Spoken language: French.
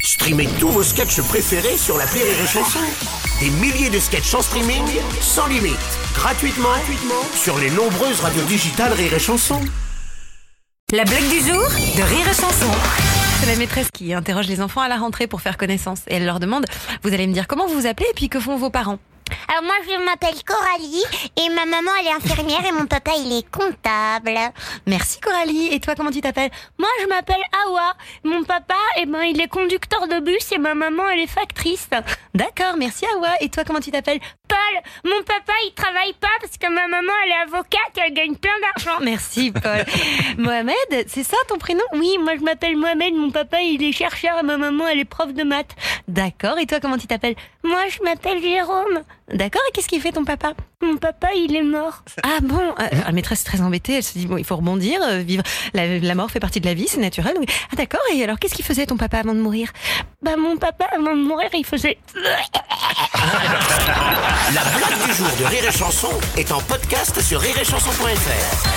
Streamez tous vos sketchs préférés sur la Rire et Chanson. Des milliers de sketchs en streaming, sans limite, gratuitement, gratuitement sur les nombreuses radios digitales Rire et Chanson. La blague du jour de Rire et Chanson. C'est la maîtresse qui interroge les enfants à la rentrée pour faire connaissance. Et elle leur demande Vous allez me dire comment vous vous appelez et puis que font vos parents Alors moi je m'appelle Coralie et ma maman elle est infirmière et mon papa il est comptable. Merci Coralie. Et toi, comment tu t'appelles Moi je m'appelle Awa. Mon papa eh ben il est conducteur de bus et ma maman elle est factrice. D'accord, merci Awa. Et toi, comment tu t'appelles Paul, mon papa il travaille pas parce que ma maman elle est avocate et elle gagne plein d'argent. Merci Paul. Mohamed, c'est ça ton prénom Oui, moi je m'appelle Mohamed, mon papa il est chercheur et ma maman elle est prof de maths. D'accord. Et toi, comment tu t'appelles Moi je m'appelle Jérôme. D'accord. Et qu'est-ce qu'il fait ton papa Mon papa il est mort. Ah bon Euh, La maîtresse est très embêtée. Elle se dit Bon, il faut rebondir, euh, vivre. La, la mort fait partie de la vie, c'est naturel. Donc- Ah d'accord. Et alors, qu'est-ce qu'il faisait ton papa avant de mourir Bah mon papa avant de mourir il faisait... La blague du jour de Rire et Chanson est en podcast sur rireetchanson.fr.